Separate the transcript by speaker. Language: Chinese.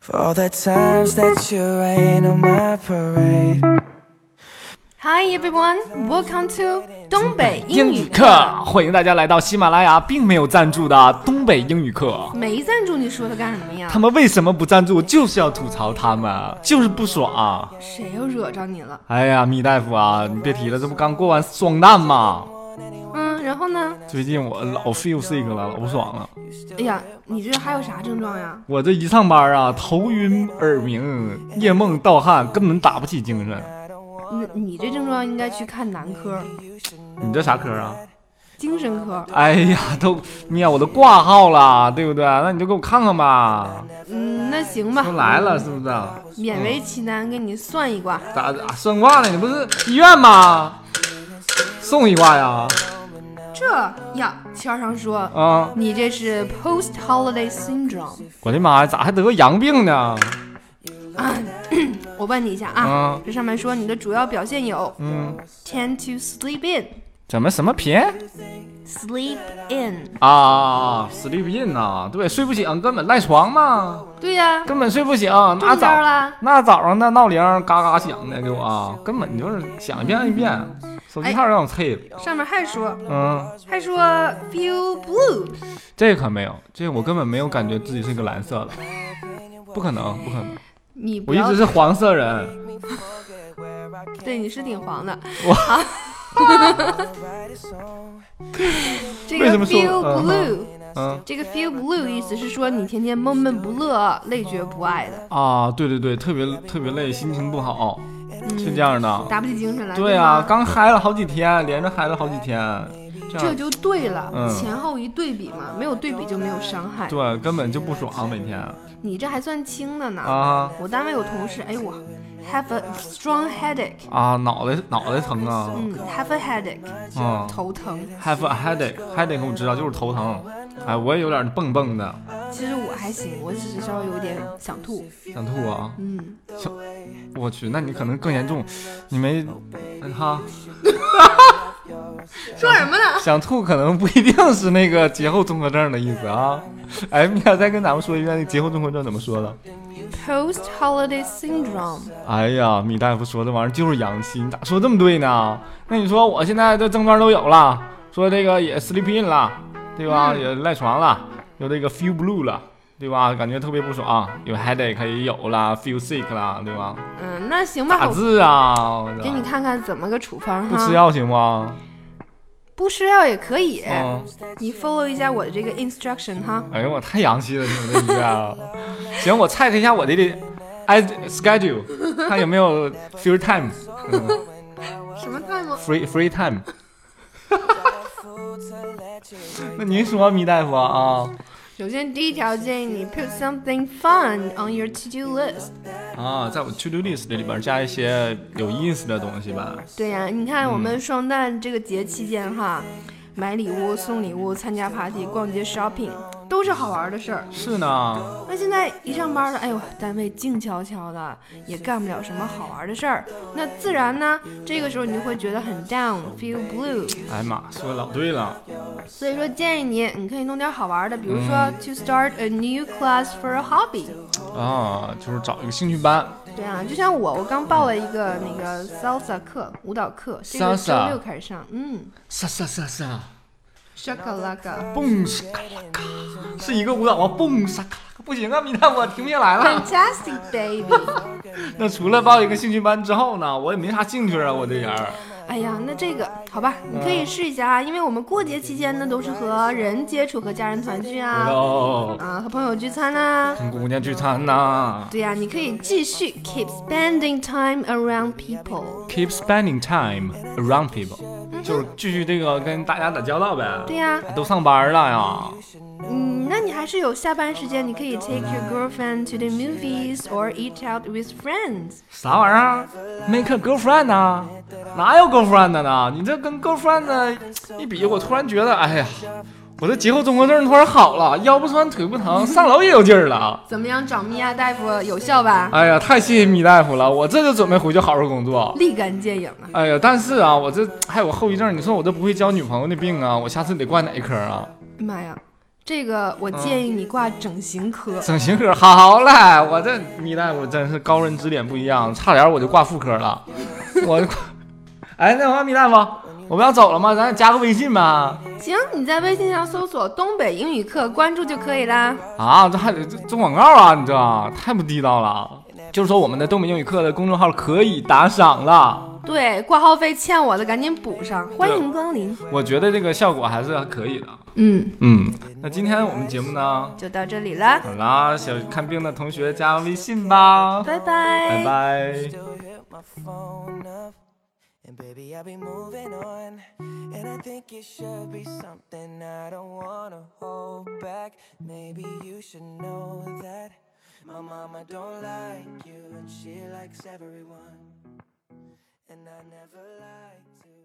Speaker 1: For all the times that you rain on my parade.
Speaker 2: Hi everyone, welcome to 东北
Speaker 3: 英
Speaker 2: 英
Speaker 3: 语
Speaker 2: 语
Speaker 3: 课，欢迎大家来到喜马拉雅并没有赞助的东北英语课。
Speaker 2: 没赞助你说的干什么呀
Speaker 3: 他？们为什么不赞助？就是要吐槽他们，就是不爽、啊
Speaker 2: 谁又惹着你了？
Speaker 3: 哎呀，米大夫啊，你别提了，这不刚过完双旦吗？
Speaker 2: 嗯，然后呢？
Speaker 3: 最近我老 feel sick 了，老不爽了。
Speaker 2: 哎呀，你这还有啥症状呀？
Speaker 3: 我这一上班啊，头晕耳鸣，夜梦盗汗，根本打不起精神。
Speaker 2: 你你这症状应该去看男科、
Speaker 3: 你这啥科啊？
Speaker 2: 精神科。
Speaker 3: 哎呀，都呀，我都挂号了，对不对？那你就给我看看吧。
Speaker 2: 嗯，那行吧
Speaker 3: 都，来了，是不啊是？
Speaker 2: 勉为其难给你算一卦。
Speaker 3: 咋咋算卦呢？你不是医院吗？送一卦呀？
Speaker 2: 这呀，签儿上说
Speaker 3: 啊！
Speaker 2: 你这是 post holiday syndrome。
Speaker 3: 我的妈呀，咋还得个羊病呢？
Speaker 2: 我问你一下啊
Speaker 3: 嗯，
Speaker 2: 这上面说你的主要表现有
Speaker 3: 嗯，
Speaker 2: tend to sleep in,
Speaker 3: 怎么什么贫
Speaker 2: sleep in。
Speaker 3: 啊？sleep in 呐、对，睡不醒，根本赖床嘛，
Speaker 2: 对呀，
Speaker 3: 根本睡不醒。那
Speaker 2: 中
Speaker 3: 早
Speaker 2: 招了。
Speaker 3: 那早上那闹铃嘎嘎响的，给我啊，根本就是想一遍一遍，手
Speaker 2: 哎
Speaker 3: 机号让我退了。
Speaker 2: 上面还说
Speaker 3: 嗯，
Speaker 2: 还说 feel blue，
Speaker 3: 这可没有，这我根本没有感觉自己是个蓝色的，不可能，不可能，
Speaker 2: 你不
Speaker 3: 我一
Speaker 2: 要
Speaker 3: 直是黄色人。
Speaker 2: 对你是挺黄的。
Speaker 3: 我
Speaker 2: 啊这
Speaker 3: 为
Speaker 2: 个
Speaker 3: 什么说
Speaker 2: feel
Speaker 3: 嗯
Speaker 2: blue，、
Speaker 3: 嗯。
Speaker 2: 这个 feel blue 意思是说你天天闷闷不乐、累觉不爱的，
Speaker 3: 啊，对对对，特别特别累，嗯心情不好，是这样的。
Speaker 2: 打不起精神来。
Speaker 3: 对
Speaker 2: 啊
Speaker 3: 啊，，刚嗨了好几天，连着嗨了好几天，这
Speaker 2: 这
Speaker 3: 样
Speaker 2: 就对了，
Speaker 3: 嗯
Speaker 2: 前后一对比嘛，没有对比就没有伤害。
Speaker 3: 对根本就不爽，每天
Speaker 2: 你这还算轻的呢。
Speaker 3: 啊
Speaker 2: 我单位有同事，哎我 have a strong headache，
Speaker 3: 啊，脑袋脑袋疼啊，
Speaker 2: 嗯，have a headache，
Speaker 3: 嗯
Speaker 2: 头疼。
Speaker 3: ，have a headache，headache 我知道就是头疼，哎，我也有点蹦蹦的，
Speaker 2: 其实我还行，我只是稍微有点想吐。
Speaker 3: 想吐啊，
Speaker 2: 嗯，
Speaker 3: 我去，那你可能更严重，你没，哈，
Speaker 2: 说什么呢？
Speaker 3: 想吐可能不一定是那个节后综合症的意思啊，哎，米娅再跟咱们说一遍，那节后综合症怎么说的？
Speaker 2: Post holiday syndrome，
Speaker 3: 哎呀，米大夫说这玩意儿就是洋气，你咋说这么对呢？那你说我现在这症状都有了，说这个也 sleep in 了，对吧？
Speaker 2: 嗯
Speaker 3: 也赖床了，有这个 feel blue 了，对吧？感觉特别不爽，有 headache 也有了，feel sick 了，对吧？
Speaker 2: 嗯，那行吧
Speaker 3: 打，字啊，我
Speaker 2: 我给你看看怎么个处方
Speaker 3: 不
Speaker 2: 哈。
Speaker 3: 吃，药行吗？
Speaker 2: 不吃药也可以。
Speaker 3: 嗯，
Speaker 2: 你 follow 一下我的这个 instruction 哈。
Speaker 3: 哎呦我太洋气了，你们这医院啊！行，我 check 一下我的这 i schedule，看有没有 free time，嗯
Speaker 2: 什么态吗？
Speaker 3: free free time。那您说，米大夫啊
Speaker 2: 首先第一条建议你 put something fun on your to do list。
Speaker 3: 啊，在我 to do list 里边加一些有意思的东西吧。
Speaker 2: 对呀、你看我
Speaker 3: 嗯
Speaker 2: 们双旦这个节期间哈，买礼物、送礼物、参加 party、逛街 shopping 都是好玩的事儿。
Speaker 3: 是呢，
Speaker 2: 那现在一上班了，哎呦，单位静悄悄的，也干不了什么好玩的事儿，那自然呢，这个时候你就会觉得很 down，feel blue。
Speaker 3: 哎呀妈，说得老对了，
Speaker 2: 所以说建议你，你可以弄点好玩的，比如说、to start a new class for a hobby。
Speaker 3: 啊，就是找一个兴趣班
Speaker 2: 对啊，就像我，我刚报了一个那个 salsa 课，舞蹈课，这个周
Speaker 3: Salsa
Speaker 2: 六开始上。嗯
Speaker 3: 啥啥啥啥
Speaker 2: ，shakalaka，
Speaker 3: 蹦沙卡拉卡，是一个舞蹈吗？蹦沙卡拉卡，不行啊，米大夫，我停不下来 了。
Speaker 2: fantastic baby。
Speaker 3: 那除了报一个兴趣班之后呢，我也没啥兴趣啊，我这人儿。
Speaker 2: 哎呀，那这个好吧，你可以试一下啊，因为我们过节期间呢，都是和人接触，和家人团聚啊，
Speaker 3: 哦，
Speaker 2: 啊，和朋友聚餐啊。
Speaker 3: 跟姑娘聚餐呐
Speaker 2: 对呀、你可以继续 keep spending time around people。
Speaker 3: ，keep spending time around people，就是继续这个跟大家打交道呗。
Speaker 2: 对呀、
Speaker 3: 都上班了呀，
Speaker 2: 嗯，那你还是有下班时间，你可以 take your girlfriend to the movies or eat out with friends。
Speaker 3: 啥玩意儿？Make a girlfriend 呢、哪有 girlfriend 的呢？你这跟 girlfriend 呢一比，我突然觉得，哎呀，我这节后综合症突然好了，腰不酸腿不疼，上楼也有劲儿了。
Speaker 2: 怎么样，找米娅大夫有效吧？
Speaker 3: 哎呀，太谢谢米大夫了，我这就准备回去好好工作。
Speaker 2: 立竿见影啊！
Speaker 3: 哎呀，但是啊，我这还有后遗症，你说我这不会交女朋友的病啊，我下次得挂哪一科啊？
Speaker 2: 妈呀，这个我建议你挂整形科。
Speaker 3: 整形科好嘞，我这米大夫真是高人指点不一样，差点我就挂妇科了。我就挂，哎，那啥米大夫，我不要走了吗？咱加个微信吧。
Speaker 2: 行，你在微信上搜索“东北英语课”，关注就可以啦。
Speaker 3: 啊，这还得这做广告啊，你这太不地道了。就是说，我们的东北英语课的公众号可以打赏了，
Speaker 2: 对，挂号费欠我的赶紧补上，欢迎光临。
Speaker 3: 我觉得这个效果还是可以的。
Speaker 2: 嗯，
Speaker 3: 嗯，那今天我们节目呢，
Speaker 2: 就到这里啦，
Speaker 3: 好啦，小看病的同学加微信吧，
Speaker 2: 拜
Speaker 3: 拜拜。
Speaker 1: Still hit my phone up, and baby, I'll be moving on. And I think it should be something I don't wanna hold back. Maybe you should know that my mama don't like you, and she likes everyone, and I never like to.